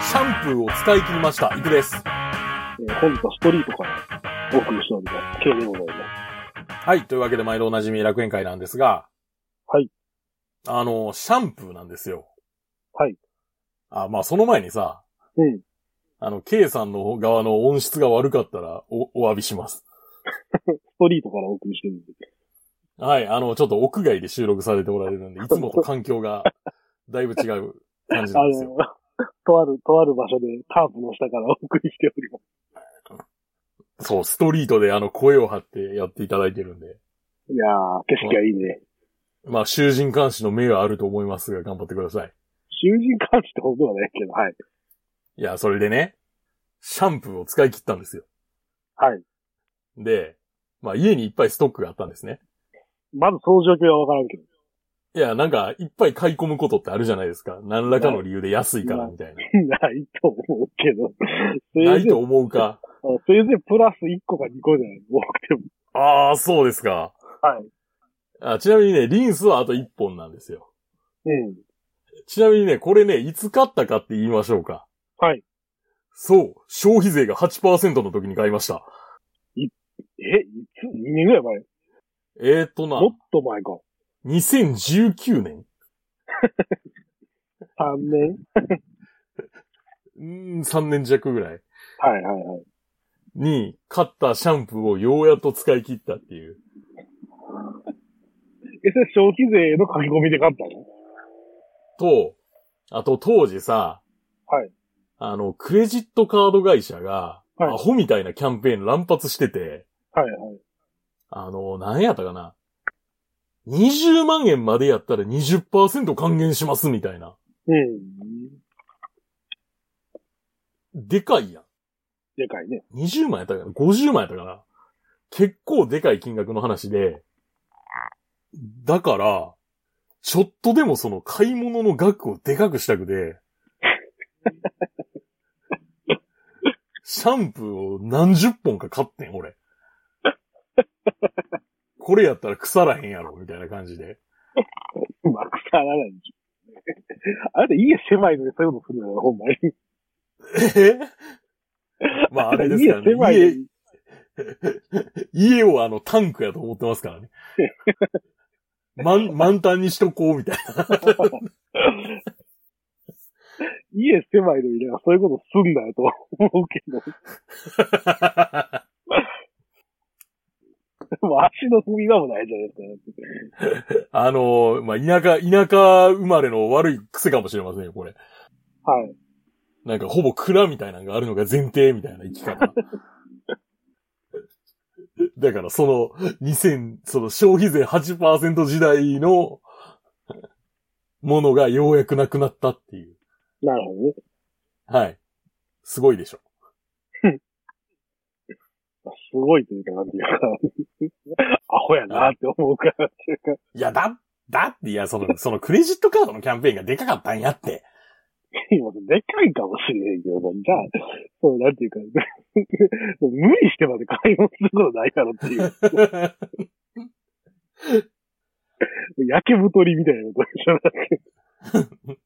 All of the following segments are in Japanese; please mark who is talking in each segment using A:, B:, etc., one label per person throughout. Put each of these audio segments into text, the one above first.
A: シャンプーを使い切りました。いくです。
B: えー本日はストリートからお送りしております。K でございます。
A: はい。というわけで、毎度おなじみ楽園会なんですが。
B: はい。
A: あの、シャンプーなんですよ。
B: はい。
A: あ、まあ、その前にさ、
B: うん。
A: あの、K さんの側の音質が悪かったら、お、お詫びします。
B: ストリートからお送りしてるんで。
A: はい。あの、ちょっと屋外で収録されておられるんで、いつもと環境が、だいぶ違う感じ
B: あ
A: なんです よ。
B: の、とある、とある場所でタープの下からお送りしております。
A: そう、ストリートであの、声を張ってやっていただいてるんで。
B: いやー、景色がいいね。
A: まあ、囚人監視の目があると思いますが、頑張ってください。
B: 囚人監視ってほどではないけど、はい。
A: いや、それでね、シャンプーを使い切ったんですよ。
B: はい。
A: で、まあ、家にいっぱいストックがあったんですね。
B: まずその状況はわからんけど。
A: いや、なんか、いっぱい買い込むことってあるじゃないですか。何らかの理由で安いからみたいな。
B: ないと思うけど。せ
A: ないい
B: ぜい、
A: と思うか。
B: せいぜいプラス1個か2個じゃない多くても。
A: ああ、そうですか。
B: はい。
A: あちなみにね、リンスはあと1本なんですよ。
B: うん。
A: ちなみにね、これね、いつ買ったかって言いましょうか。
B: はい。
A: そう、消費税が8%の時に買いました。
B: え、いつ ?2 年ぐらい前
A: えーっとな、
B: もっと前か。
A: 2019年
B: 3年
A: うーん、3年弱ぐらい
B: はいはいはい。
A: に買ったシャンプーをようやっと使い切ったっていう。
B: え、それ消費税の書き込みで買ったの
A: と、あと当時さ、
B: はい。
A: あの、クレジットカード会社が、
B: はい
A: アホみたいなキャンペーン乱発してて、
B: はいはい。
A: あの、何やったかな。20万円までやったら20%還元しますみたいな。
B: うん。
A: でかいやん。
B: でかいね。
A: 20万やったかな ?50 万やったかな結構でかい金額の話で、だから、ちょっとでもその買い物の額をでかくしたくて、シャンプーを何十本か買ってん、俺。これやったら腐らへんやろ、みたいな感じで。
B: まあ、腐らない。あれ家狭いのにそういうのするのよ、ほんまに。
A: えまあ、あれですから
B: 家狭いの
A: ね。
B: に。
A: 家、家をあの、タンクやと思ってますからね。満、満タンにしとこう、みたいな。
B: 家狭いのに、なんかそういうことすんなよと思うけ ど。もう足の踏み場もないじゃないですか。
A: あのーまあ、田舎、田舎生まれの悪い癖かもしれませんよ、これ。
B: はい。
A: なんか、ほぼ蔵みたいなのがあるのが前提みたいな生き方。 だから、その、2000、その消費税8%時代の、ものがようやくなくなったっていう。
B: なるほどね。
A: はい。すごいでしょ。
B: まあすごいというか、なんていうか、アホやなって思うからっていうか、
A: いや、だ、だって、いや、その、そのクレジットカードのキャンペーンがでかかったんやって。
B: 今、でかいかもしれへんけどな、じゃあ、そう、なんていうか、 無理してまで買い物することないだろっていう、焼け太りみたいなことでし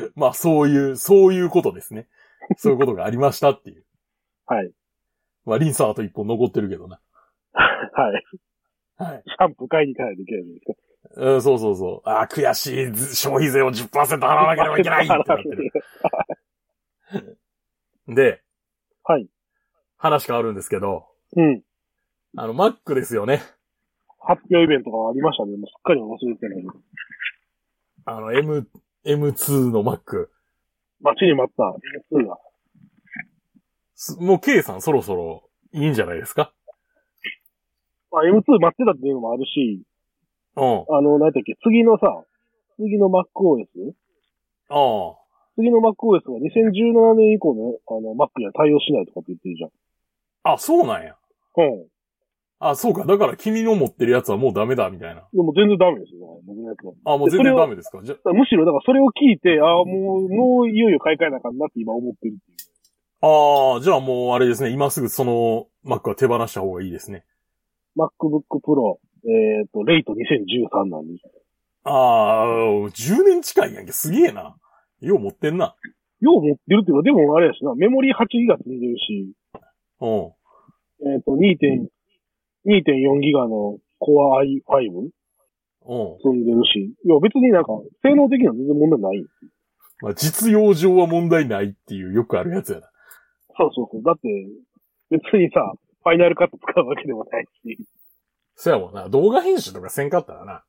B: ょ。
A: まあ、そういう、そういうことですね。そういうことがありましたっていう。
B: はい。
A: まあ、リンさんあと一本残ってるけどな。
B: はい。
A: はい。
B: シャンプー買いに行かないといけないんですか。
A: うん、そうそうそう。ああ、悔しい。ず消費税を10%払わなければいけないってなって る。で、
B: はい。
A: 話変わるんですけど、
B: うん。
A: あの、マックですよね。
B: 発表イベントがありましたね。もうすっかり忘れてるのに。
A: あの、M、M2 のマック。
B: 待ちに待った。うん。
A: すもう K さんそろそろいいんじゃないですか
B: まあ、M2 待ってたっていうのもあるし、
A: うん。
B: あの、何だっけ、次のさ、次の MacOS?
A: ああ。
B: 次の MacOS が2017年以降の、あの、Mac には対応しないとかって言ってるじゃん。
A: あ、そうなんや。
B: うん。
A: あ、そうか。だから君の持ってるやつはもうダメだ、みたいな。
B: でも全然ダメですよ、僕のやつは。
A: あ、もう全
B: それ
A: 然
B: を
A: ダメですか。じゃ、
B: だからむしろ、だからそれを聞いて、ああ、もう、もういよいよ買い替えなあかんなって今思ってるっていう。
A: ああ、じゃあもうあれですね。今すぐその Mac は手放した方がいいですね。
B: MacBook Pro、えっ、と、レイト2013なんです。
A: ああ、10年近いやんけ。すげえな。よう持ってんな。
B: よう持ってるっていうか、でもあれやしな、メモリー8ギガついてるし、
A: うん。
B: えっ、と、2. 2.4ギガの Core i5
A: うん。
B: 積んでるし、いや別になんか、性能的には全然問題ない。
A: まあ、実用上は問題ないっていうよくあるやつやな。
B: そうそうそう。だって、別にさ、ファイナルカット使うわけでもないし、
A: そやもんな。動画編集とかせんかったらな。
B: まあ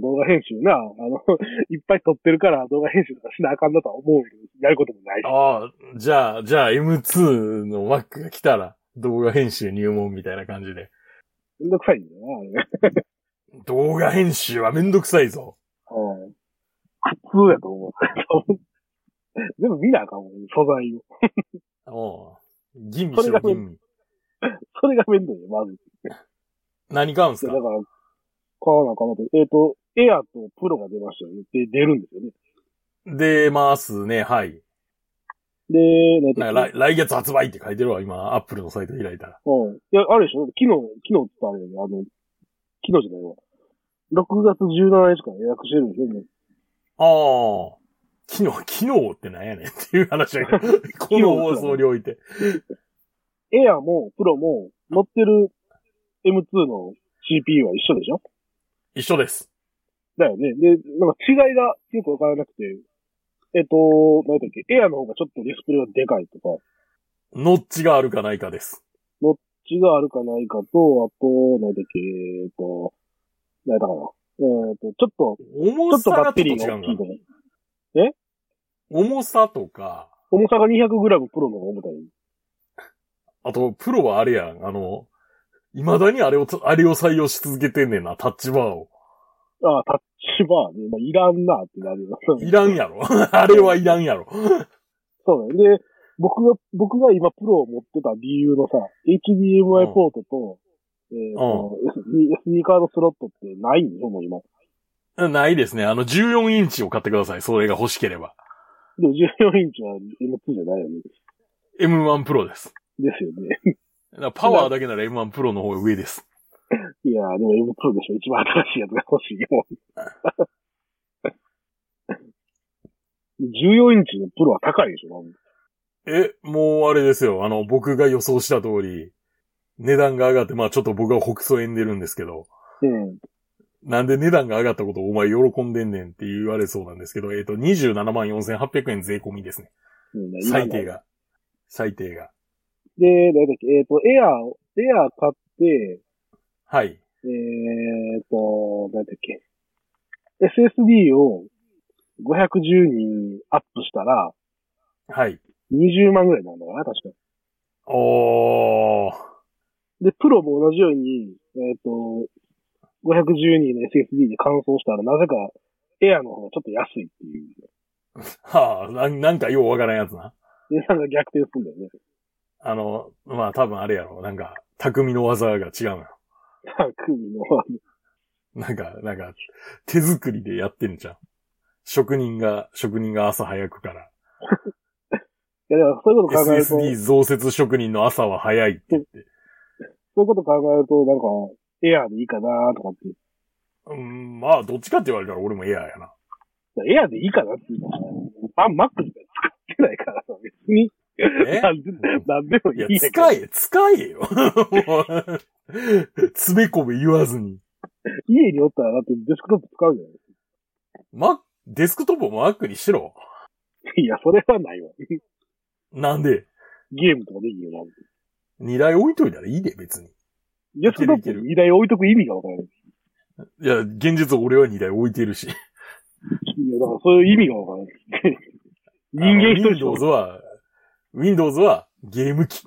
B: 動画編集な、あの、 いっぱい撮ってるから動画編集とかしなあかんなとは思うけど、やることもないし。
A: ああ、じゃあ、じゃあ M2 の Mac が来たら動画編集入門みたいな感じで。
B: めんどくさいんだよな、あれね。
A: 動画編集はめんどくさいぞ。
B: うん普通やと思う。 全部見なあかんもん、素材を。
A: うん。吟味しろ、
B: それが
A: 吟味。
B: それが面倒よ、まず。
A: 何買うんす
B: で
A: か
B: だから、買わなあかんなと。えっ、と、エアとプロが出ましたよね。で、出るんですよね。
A: 出ますね、はい。
B: で、なん
A: なんか来来月発売って書いてるわ、今、アップルのサイト開いたら。
B: うん。いや、あれでしょ昨日、昨日ってあれだよね、あの、昨日じゃないわ。6月17日から予約してるんですよね。
A: ああ。昨日、昨日ってなんやねんっていう話だけど、この放送において。
B: エアもプロも乗ってる M2 の CPU は一緒でしょ
A: 一緒です。
B: だよね。で、なんか違いがよくわからなくて、えっと、何だっけ、エアの方がちょっとディスプレイがでかいとか、
A: ノッチがあるかないかです。
B: 血があるかないかと、あと、何だっけ、えっと、何だかな。えっと、ちょ
A: 重
B: っと、ちょっと
A: さ
B: バ
A: が
B: ッテ
A: ちょ
B: リ
A: っ
B: ー
A: と違
B: が
A: うん
B: 大きいと
A: か
B: か
A: な。重さとか、
B: 重さが 200g プロの方が重たい。
A: あと、プロはあれやん、あの、未だにあれをつ、あれを採用し続けてんねんな、タッチバーを。
B: ああ、タッチバーね。まあ、いらんなってなるよ。
A: いらんやろ。 あれはいらんやろ。
B: そうだよ。で、僕が、僕が今プロを持ってた理由のさ、HDMI ポートと、えっ、と、SD カードスロットってないんでしょ、もう今。
A: ないですね。あの、14インチを買ってください。それが欲しければ。
B: でも14インチは M2 じゃないよね。
A: M1 プロです。
B: ですよね。
A: だからパワーだけなら M1 プロの方が上です。
B: いやー、でも M2 でしょ、一番新しいやつが欲しい よ。14インチのプロは高いでしょ、多分
A: え、もうあれですよ。あの、僕が予想した通り、値段が上がって、まあちょっと僕は北総演でるんですけど、
B: うん。
A: なんで値段が上がったことお前喜んでんねんって言われそうなんですけど、えっ、と、27万4800円税込みですね。
B: うんい
A: 最
B: らない
A: 低が。最低が。
B: で、なんだっけ、えっ、と、エアー、エアー買って、
A: はい。
B: えっ、と、なんだっけ、SSD を510にアップしたら、
A: はい。
B: 20万ぐらいなんだから、確か。
A: おー。
B: で、プロも同じように、えっ、と、512の SSD で乾燥したら、なぜか、エアーの方がちょっと安いっていう。
A: はあ、なんなんかようわからんやつな。
B: 値段が逆転するんだよね。
A: あの、まあ多分あれやろ。なんか、匠の技が違うのよ。
B: 組の。
A: なんか、なんか、手作りでやってんじゃん。職人が、職人が朝早くから。
B: いや、だからそういうこと考えると、そうい
A: SSD 増設職人の朝は早いって言って。
B: うこと考えると、なんか、エアーでいいかなとかって。
A: うん、まあ、どっちかって言われたら俺もエアや な。
B: エアーでいいかなって言うのはあ、マックみたいな使ってないからさ、別に。
A: え
B: なんで、なんでもいい
A: いや
B: ん、やけど
A: 使え、使えよ。 もう詰め込め言わずに。
B: 家におったら、だってデスクトップ使うじゃないで
A: マデスクトップをマックにしろ。
B: すか。いや、 それはないわ。
A: なんで、
B: ゲームとかできるよな。
A: 二台置いといたらいいで、別に。
B: デスクトップに2台置いとく意味がわからない。
A: いや、現実俺は二台置いてるし。
B: いや、だからそういう意味がわからない。人間一人で
A: Windows は、Windows はゲーム機。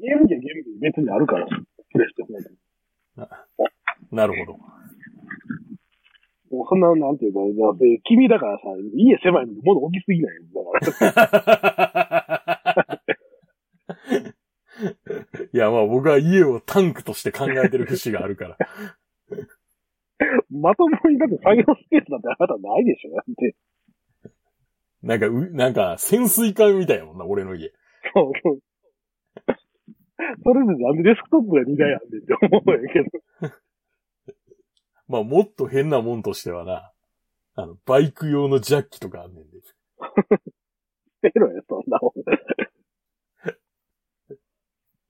B: ゲーム機はゲーム機で別にあるから。プレステ4で
A: なる ほど。
B: もうそんな、なんていうか、だって君だからさ、家狭いのに物置きすぎないんだから。
A: いや、まあ僕は家をタンクとして考えてる節があるから。
B: まともにだって作業スペースなんてあなたないでしょだって。
A: なんか、うなんか、潜水艦みたいやもんな、俺の家。
B: そうそう。 それでなんでデスクトップが2台あんねんって思うんやけど。
A: まあもっと変なもんとしてはな、あの、バイク用のジャッキとかあんねんで。
B: えろよ、そんなもん。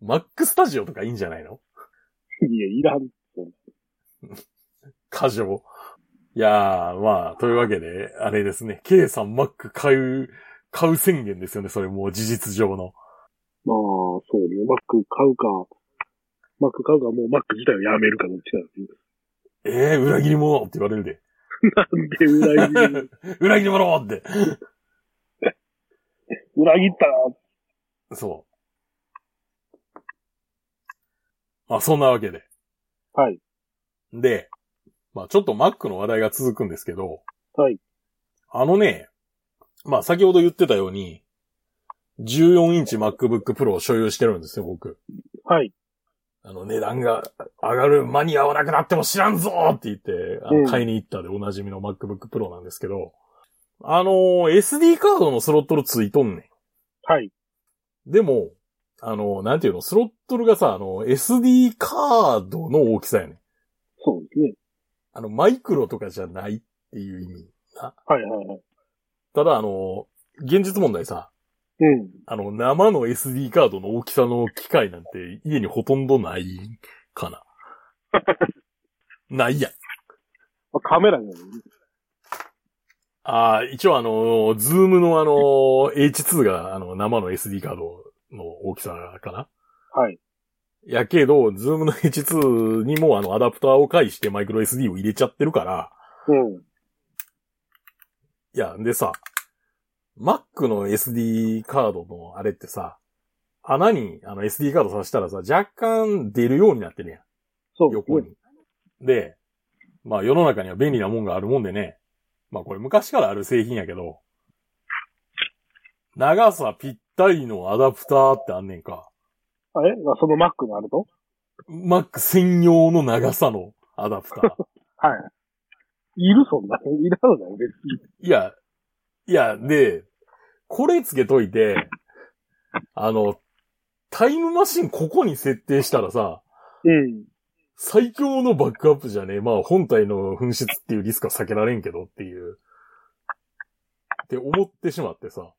A: マックスタジオとかいいんじゃないの
B: いや、いらん。
A: 過剰。いやー、まあ、というわけで、あれですね、K さんマック買う、買う宣言ですよね、それもう事実上の。
B: まあ、そうね。マック買うか、マック買うか、もうマック自体をやめるかどっちかですね。
A: ええー、裏切り者って言われるで。
B: なんで裏切 る
A: 裏切り者って。
B: 裏切ったな。
A: そう。あ、そんなわけで。
B: はい。
A: で、まあちょっと Mac の話題が続くんですけど、
B: はい。
A: あのね、まあ先ほど言ってたように、14インチ MacBook Pro を所有してるんですよ、僕。
B: はい。
A: あの、値段が上がる、間に合わなくなっても知らんぞーって言って、あの
B: うん
A: 買いに行ったでおなじみの MacBook Pro なんですけど、あのー SD カードのスロットルついとんね
B: はい。
A: ん。でも、あのーなんていうの、スロットルがさ、あのー SD カードの大きさやねん。
B: そうですね。
A: あの、マイクロとかじゃないっていう意味。
B: はいはいはい。
A: ただ、あのー現実問題さ、
B: うん。
A: あの、生の SD カードの大きさの機械なんて家にほとんどないかな。ないやん。
B: まあ、カメラじゃないね。
A: ああ、一応あの、ズームのあの、H2 があの、生の SD カードの大きさかな
B: はい。
A: やけど、ズームの H2 にもあの、アダプターを介してマイクロ SD を入れちゃってるから、
B: うん。
A: いや、でさ、Mac の SD カードのあれってさ、穴にあの SD カード挿したらさ、若干出るようになってるやん。
B: そうです
A: 横
B: ね。
A: に。で、まあ世の中には便利なもんがあるもんでね。まあこれ昔からある製品やけど、長さぴったりのアダプターってあんねんか。
B: あえあその Mac があると
A: Mac 専用の長さのアダプター。
B: はい。いるそんなのいらんのだよ、別に。
A: いや、いや、で、これつけといて、あの、タイムマシンここに設定したらさ、
B: うん。
A: 最強のバックアップじゃねえ。まあ本体の紛失っていうリスクは避けられんけどっていう。って思ってしまってさ。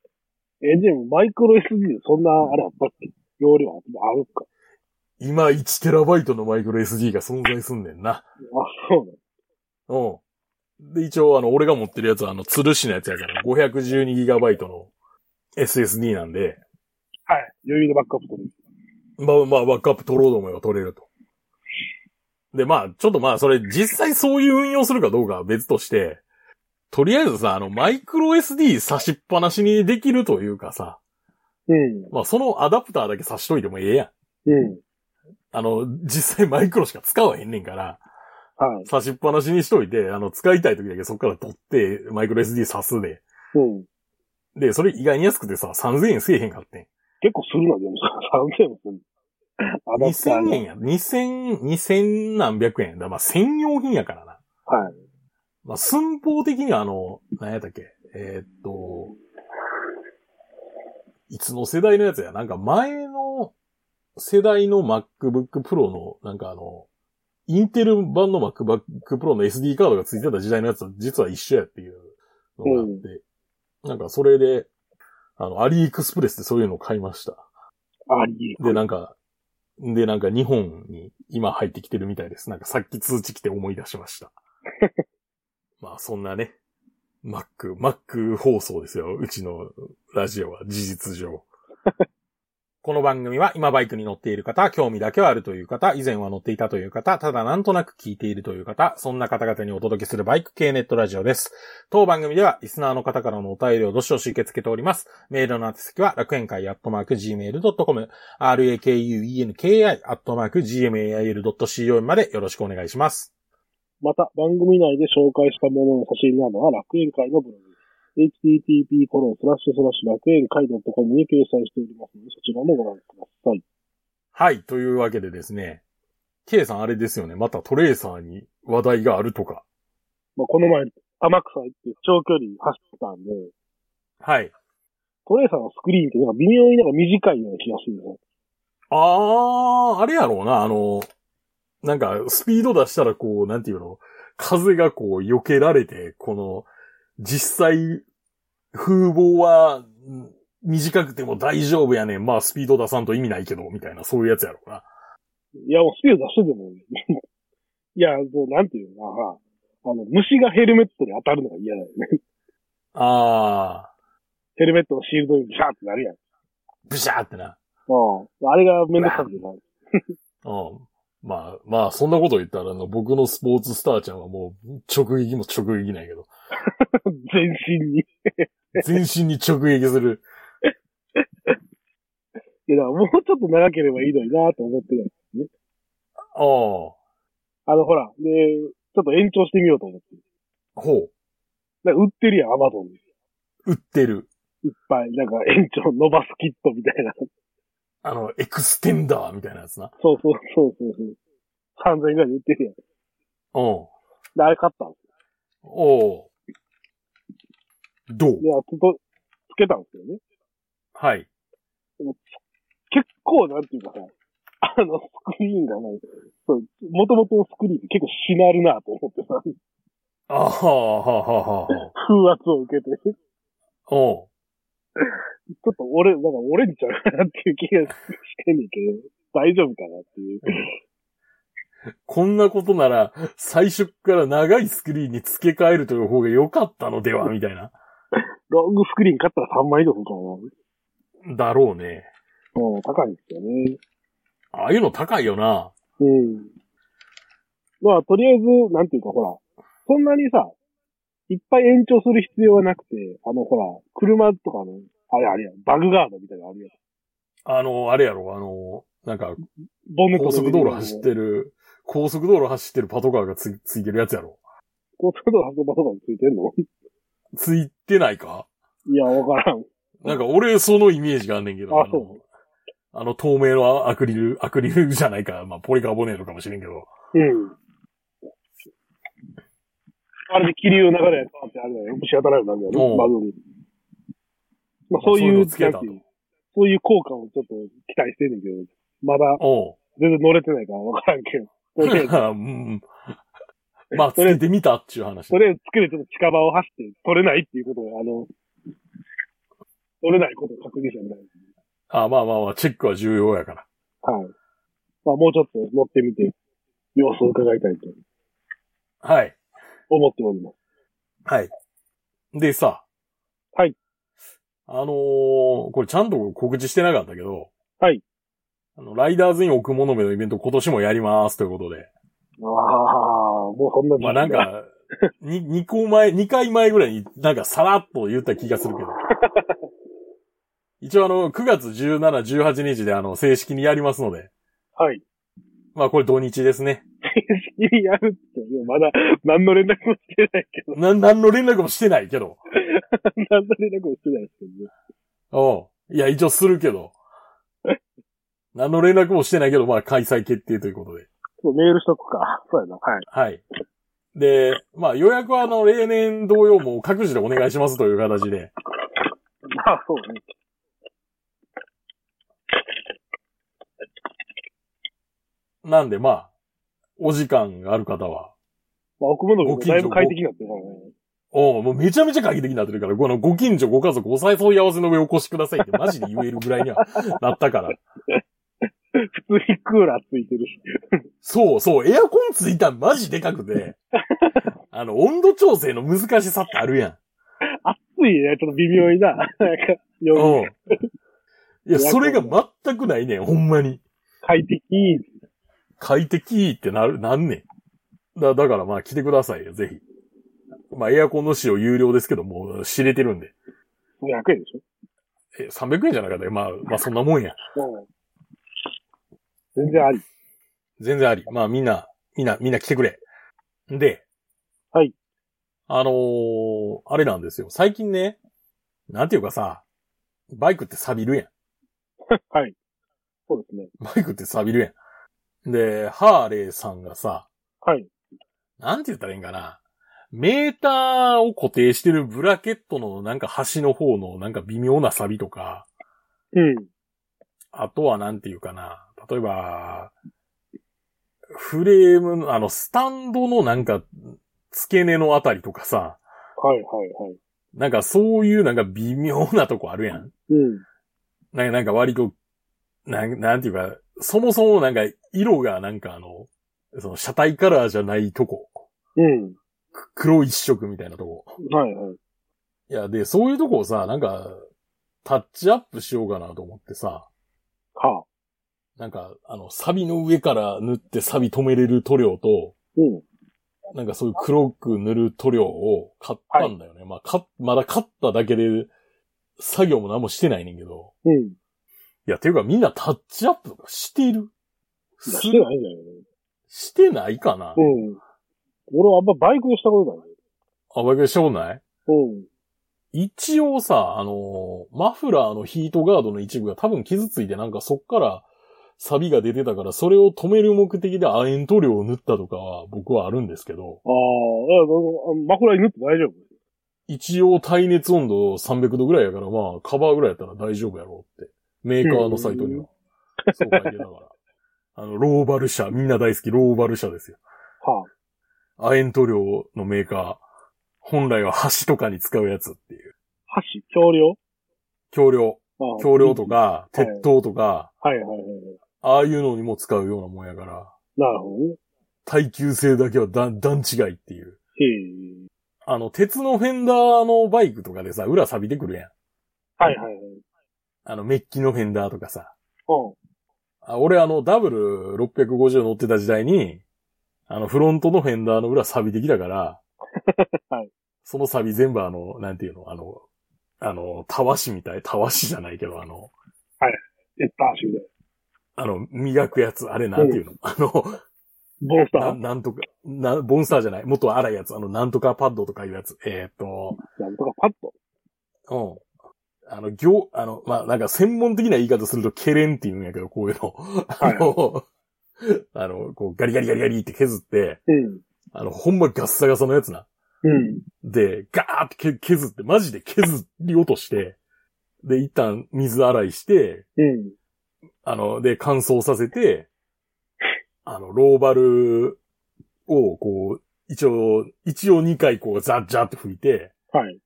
B: え、でもマイクロ SD でそんな、あれあったっけ容量あるか。
A: 今 1TB のマイクロ SD が存在すんねんな。
B: あ、そうね。
A: うん。で、一応あの、俺が持ってるやつはあの、吊るしのやつやから 512GB の SSD なんで、
B: はい。余裕でバックアップ取れる。
A: まあまあバックアップ取ろうと思えば取れると。で、まあ、ちょっとまあ、それ実際そういう運用するかどうかは別として、とりあえずさ、あの、マイクロ SD 差しっぱなしにできるというかさ、
B: うん。
A: まあ、そのアダプターだけ差しといてもええやん。
B: うん。
A: あの、実際マイクロしか使わへんねんから、
B: はい。
A: 差しっぱなしにしといて、あの、使いたい時だけそっから取って、マイクロ SD 差すで。
B: うん。
A: で、それ意外に安くてさ、3000円せえへんかってん。
B: 結構するな、でも3000もす る。アダプター
A: 2000
B: が
A: 円や。2000、2000何百円。だからまあ、専用品やからな。
B: はい。
A: まあ、寸法的にはあの、何やったっけえーっと、いつの世代のやつやなんか前の世代の MacBook Pro の、なんかあの、インテル版の MacBook Pro の SD カードが付いてた時代のやつと実は一緒やっていうのがあって、なんかそれで、あの、アリエクスプレスでそういうのを買いました。
B: あり
A: で、なんか、で、なんか日本に今入ってきてるみたいです。なんかさっき通知来て思い出しました。まあそんなね、Mac、Mac 放送ですよ。うちのラジオは事実上。この番組は今バイクに乗っている方、興味だけはあるという方、以前は乗っていたという方、ただなんとなく聞いているという方、そんな方々にお届けするバイク系ネットラジオです。当番組ではリスナーの方からのお便りをどしどし受け付けております。メールの宛先は楽園会アットマーク gmail.com、rakuenki アットマーク gmail.co までよろしくお願いします。
B: また、番組内で紹介したものの写真などは楽園会のブログ、http:// 楽園会 .com に掲載しておりますので、そちらもご覧ください。
A: はい、というわけでですね、K さんあれですよね、またトレーサーに話題があるとか。
B: まあ、この前、天草行って長距離走ってたんで、
A: はい。
B: トレーサーのスクリーンってなんか微妙になんか短いような気がするんですよ。
A: あー、あれやろうな、あの、なんか、スピード出したらこう、なんていうの、風がこう、避けられて、この、実際、風貌は、ん短くても大丈夫やねん。まあ、スピード出さんと意味ないけど、みたいな、そういうやつやろうな。
B: いや、もうスピード出してでも、いや、もうなんていうのかな、あの、虫がヘルメットに当たるのが嫌だよね。
A: ああ、
B: ヘルメットのシールドにビシャーってなるやん。
A: ブシャーってな。
B: うん。あれがめんどくさくてな。
A: うん。まあ、まあ、そんなこと言ったら、あの、僕のスポーツスターちゃんはもう、直撃も直撃ないけど、
B: 全身に。い
A: 全身に直撃する。
B: や、だからもうちょっと長ければいいのになと思ってる。
A: ああ、ほ
B: あの、ほら、で、ちょっと延長してみようと思って。
A: う。
B: なんか売ってるやん、アマゾンで。
A: 売ってる。
B: いっぱい、なんか延長伸ばすキットみたいな。
A: あの、エクステンダーみたいなやつな。
B: そうそうそうそうそう。3000円ぐらいで売ってるやん。
A: うん。
B: で、あれ買ったんです
A: おう。どう
B: よ。で、あちょっと、つけたんですよね。
A: はい。
B: 結構、なんていうかさ、あの、スクリーンがない。そう、元々のスクリーンって結構しなるなと思ってさ、
A: ああ、はあ、はあ、はあはあ。
B: 風圧を受けて。ち
A: おう。
B: ょっと俺、なんか折れんちゃうかなっていう気がしてんねんけど、 大丈夫かなっていう。
A: こんなことなら、最初から長いスクリーンに付け替えるという方が良かったのではみたいな。
B: ロングスクリーン買ったら3万以上するからな。
A: だろうね。
B: うん、高いんですよね。
A: ああいうの高いよな。
B: うん。まあ、とりあえず、なんていうか、ほら、そんなにさ、いっぱい延長する必要はなくて、あの、ほら、車とかの、あれあれや、バグガードみたいなのあるやん。
A: あの、あれやろ、あの、なんか、
B: ボンネット
A: 高
B: の上に
A: 速道路走っ。てる、高速道路走ってるパトカーがつ、ついてるやつやろ。
B: 高速道路走る場とかについてんの
A: ついてないか
B: いや、わからん。
A: なんか俺、そのイメージがあんねんけど。
B: あ
A: の
B: そ
A: あの、透明のアクリル、アクリルじゃないか、まあ、ポリカーボネートかもしれんけど。
B: うん。あれで気流流れやってあれだよ。虫当たらんようになるんだよ
A: うん
B: ね、バグに。まあ、そ
A: まあそう
B: うい
A: いうの
B: う、
A: をつけた
B: な
A: と
B: んていうそういう効果をちょっと期待してんねんけど、まだ
A: おう。
B: 全然乗れてないからわからんけど。とりあえず
A: うんまあ、つけてみたっていう話
B: そ。れをつけるちょっと近場を走って取れないっていうことを、あの、取れないことを確認したみたいな。
A: あまあまあまあ、チェックは重要やから。
B: はい。まあもうちょっと乗ってみて、様子を伺いたいと
A: はい。
B: 思っております。
A: はい。でさ。
B: はい。
A: あのーこれちゃんと告知してなかったけど。
B: はい。
A: あの、ライダーズイン奥物目のイベント今年もやりますということで。
B: ああ、もうそんな時期
A: まあなん。 か、に、二個前、二回前ぐらいになんかさらっと言った気がするけど。一応あの、9月17、18日であの、正式にやりますので。
B: はい。
A: まあこれ土日ですね。
B: 正式にやるって、まだ 何の連絡もしてないけど、
A: なん、なんの連絡もしてないけど。
B: 何の連絡もしてないですけどね。
A: おういや、一応するけど。何の連絡もしてないけど、まあ開催決定ということで。
B: そう、メールしとくか。そうやな。はい。
A: はい。で、まあ予約はあの、例年同様もう各自でお願いしますという形で。
B: まあそうね。
A: なんでまあ、お時間がある方は、
B: まあ奥物も
A: ご近所
B: だいぶ快適になってるからね。
A: おうもうめちゃめちゃ快適になってるから、このご近所ご家族お誘い合わせの上お越しくださいってマジで言えるぐらいにはなったから。
B: 普通にクーラーついてるし。
A: そうそう、エアコンついたんマジでかくて、あの、温度調整の難しさってあるやん。
B: 暑いね、ちょっと微妙に な。なんか、より
A: うん。いや、それが全くないねん、ほんまに。
B: 快適に
A: 快適ってなる、なんねん。だ、だからまあ来てくださいよ、ぜひ。まあエアコンの使用有料ですけど、もう知れてるんで。
B: 500円でし
A: え、300円じゃなかったよ。まあ、まあそんなもんや。
B: ょ全然あり。
A: 全然あり。まあみんな、みんな、みんな来てくれ。で。
B: はい。
A: あのーあれなんですよ。最近ね、なんていうかさ、バイクって錆びるやん。
B: はい。そうですね。
A: バイクって錆びるやん。で、ハーレーさんがさ、
B: はい。
A: なんて言ったらいいんかな。メーターを固定してるブラケットのなんか端の方のなんか微妙なサビとか、
B: うん。
A: あとはなんて言うかな。例えば、フレームの、あの、スタンドのなんか、付け根のあたりとかさ、
B: はいはいはい。
A: なんかそういうなんか微妙なとこあるやん。
B: うん。
A: なんかなんか割と、なん、なんていうか、そもそもなんか色がなんかあの、その車体カラーじゃないとこ。
B: うん。
A: く黒一色みたいなとこ。
B: はいはい。
A: いや、で、そういうとこをさ、なんか、タッチアップしようかなと思ってさ、
B: はあ。
A: なんか、あの、サビの上から塗ってサビ止めれる塗料と、
B: うん。
A: なんかそういう黒く塗る塗料を買ったんだよね。まあ、か、まだ買っただけで、作業も何もしてないねんけど。
B: うん。
A: いや、ていうかみんなタッチアップとかしてる
B: いや
A: す
B: してないんじゃない
A: してないかな、
B: のうん。俺はあんまバイクでしたことない。
A: あ、バイクでしたことない
B: うん。
A: 一応さ、あのーマフラーのヒートガードの一部が多分傷ついてなんかそっからサビが出てたから、それを止める目的でアエン塗料を塗ったとかは僕はあるんですけど、
B: ああ、いやあのマフラーに塗って大丈夫。
A: 一応耐熱温度300度ぐらいやから、まあカバーぐらいやったら大丈夫やろうって。メーカーのサイトには。そう書いてたから。あの、ローバル社、みんな大好きローバル社ですよ。
B: はあ。
A: アエン塗料のメーカー。本来は橋とかに使うやつっていう。
B: 箸橋梁
A: 橋梁。
B: ああ
A: 橋梁と。か、
B: うん
A: 鉄塔とか、
B: はいはいはいはい。
A: ああいうのにも使うようなもんやから、
B: なるほどね。
A: 耐久性だけはだ段違いっていう。
B: へえ。
A: あの、鉄のフェンダーのバイクとかでさ、裏錆びてくるやん。
B: はいはいはい。うん。
A: あの、メッキのフェンダーとかさ。あ俺あの、ダブル650乗ってた時代に、あの、フロントのフェンダーの裏錆びてきたから、
B: はい
A: その錆全部あの、なんていうの、あの、あの、たわしみたい、たわしじゃないけど、あの、
B: えった足で。
A: あの、磨くやつ、あれなんていうの、あの、
B: ボンスター
A: ななんとか、な、ボンスターじゃない、もっと荒いやつ、あの、なんとかパッドとかいうやつ。えーっと、
B: なんとかパッと。
A: うん。あの、行、あの、まあ、なんか専門的な言い方すると、ケレンって言うんやけど、こういうの。あの、あの、こう、ガリガリガリガリって削って、
B: うん。
A: あの、ほんまガッサガサのやつな。
B: うん。
A: で、ガーってけ削って、マジで削り落として、で、一旦水洗いして、
B: うん。
A: あの、で、乾燥させて、あの、ローバルを、こう、一応、一応2回こう、ザッジャーって拭いて、
B: はい。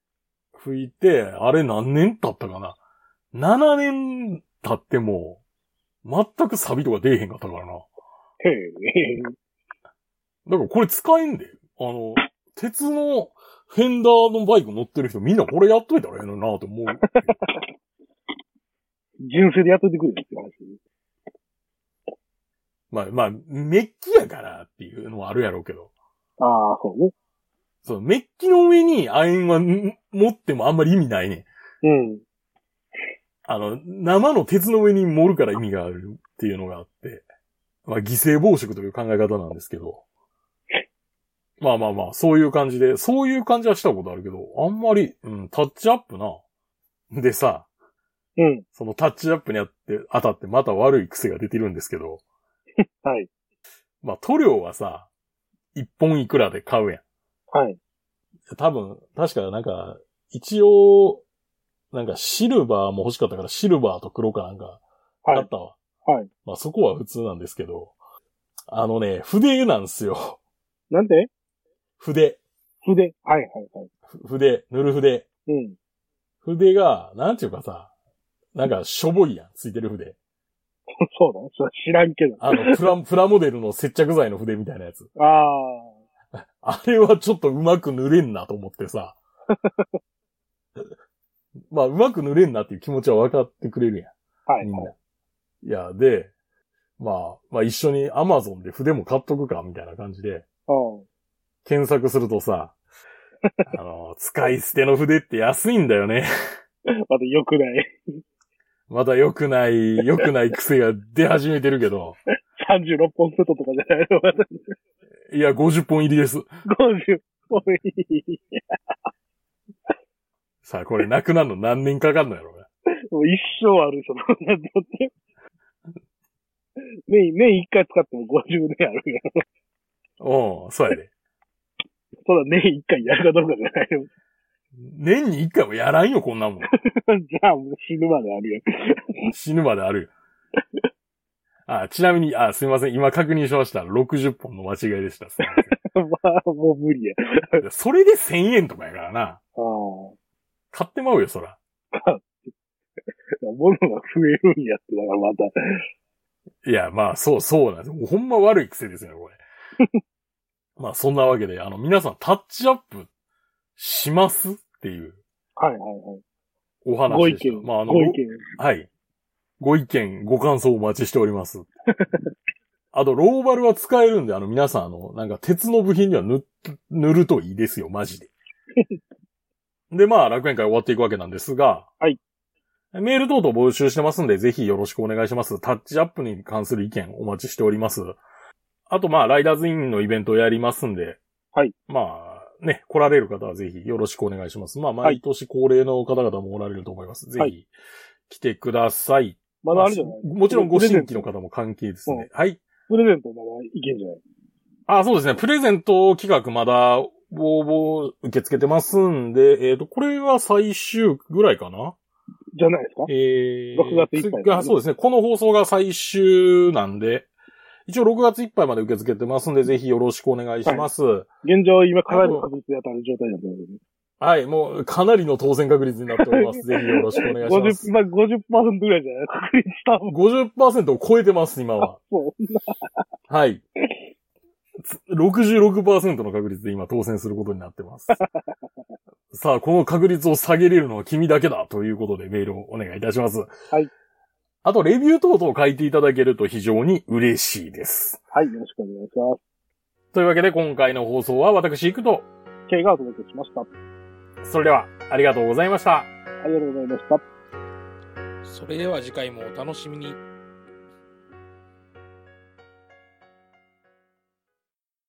A: 拭いて、あれ何年経ったかな ?7 年経っても、全くサビとか出えへんかったからな。
B: へえ。
A: だからこれ使えんで。あの、鉄のフェンダーのバイク乗ってる人みんなこれやっといたらええのになと思う。
B: 純正でやっといてくれるって話。
A: まあまあ、メッキやからっていうのはあるやろうけど。
B: ああ、そうね。
A: そのメッキの上に亜鉛はん持ってもあんまり意味ないね。
B: うん。
A: あの、生の鉄の上に盛るから意味があるっていうのがあって。まあ、犠牲防食という考え方なんですけど。まあまあまあ、そういう感じで、そういう感じはしたことあるけど、あんまり、うん、タッチアップな。でさ、
B: うん。
A: そのタッチアップにあって、当たってまた悪い癖が出てるんですけど、
B: はい。
A: まあ塗料はさ、一本いくらで買うやん。
B: はい。
A: 多分、確かなんか、一応、なんかシルバーも欲しかったから、シルバーと黒かなんか、
B: は
A: 買っ
B: い。
A: たわ。
B: はい。
A: まあそこは普通なんですけど、あのね、筆なんですよ。
B: なんで
A: 筆。
B: 筆。はいはいはい。
A: ふ筆。塗る筆。
B: うん。
A: 筆が、なんていうかさ、なんかしょぼいやん、ついてる筆。
B: そうだね。それは知らんけど。
A: あの、プ ラ、プラモデルの接着剤の筆みたいなやつ。
B: ああ。
A: あれはちょっとうまく塗れんなと思って さ。まあ、うまく塗れんなっていう気持ちは分かってくれる
B: は
A: やん。
B: い
A: みん
B: はい。
A: な。いや、で、まあ、まあ一緒に Amazon で筆も買っとくか、みたいな感じで、
B: うん。
A: 検索すると さ、あの、使い捨ての筆って安いんだよね。
B: また良くない。
A: まだ良くない、良くない癖が出始めてるけど、
B: 36本セットとかじゃないの。また
A: いや、50本入りです。
B: 50本
A: さあ、これなくなるの何年かかんのやろうね。
B: もう一生ある人そんなのって。 年、年一回使っても50年あるやん。
A: うん、そうやで。
B: そんな年一回やるかどうかじゃないよ。
A: 年に一回もやらんよ、こんなもん。
B: じゃあもう死ぬまであるやん。
A: 死ぬまであるよ。あ、ちなみに、あ、すみません。今確認しました。60本の間違いで した。すいま
B: まあ、もう無理や。
A: せんそれで1000円とかやからな。
B: ああ。
A: 買ってまうよ、そら。
B: 物が増えるんやって、だからまた。
A: いや、まあ、そう、そうなんです。ほんま悪い癖ですよね、これ。 まあ、そんなわけで、あの、皆さん、タッチアップしますっていう
B: はいはいはい。
A: お話
B: ご意
A: でした。
B: 見、
A: まあ、あの、
B: ご意見。
A: はい。ご意見、ご感想お待ちしております。 あと、ローバルは使えるんで、あの、皆さん、あの、なんか、鉄の部品には塗っ、塗るといいですよ、マジで。で、まあ、楽園会終わっていくわけなんですが、
B: はい。
A: メール等々募集してますんで、ぜひよろしくお願いします。タッチアップに関する意見お待ちしております。あと、まあ、ライダーズインのイベントをやりますんで、
B: はい。
A: まあ、ね、来られる方はぜひよろしくお願いします。まあ、
B: は
A: 毎
B: い
A: 年恒例の方々もおられると思います。ぜ
B: は
A: ひ、来てください。
B: まだあれじゃない
A: もちろんご新規の方も関係ですね。はい。
B: プレゼントまだいけんじゃない
A: あ、そうですね。プレゼント企画まだ応募受け付けてますんで、えっ、と、これは最終ぐらいかな
B: じゃないですか
A: えー、
B: 6月いっぱいですね
A: あそうですね。この放送が最終なんで、一応6月いっぱいまで受け付けてますんで、ぜひよろしくお願いします。はい、
B: 現状、今、かなりの確率で当たる状態なんで、
A: もうかなりの当選確率になっており ます。ぜひよろしくお願いします
B: 50、。まあ、50%ぐらいじゃない確率多分。
A: 50%を超えてます、今は。
B: そ
A: はい。つ66%の確率で今当選することになって ます。さあ、この確率を下げれるのは君だけだということでメールをお願いいたします。
B: はい。
A: あと、レビュー等々を書いていただけると非常に嬉しいです。
B: う。はい、よろしくお願いしま
A: というわけで、今回の放送は私行くと。
B: す。K がお届けしました。あ
A: それでは、ありがとうございました。
B: りがとうございました。
C: それでは次回もお楽しみに。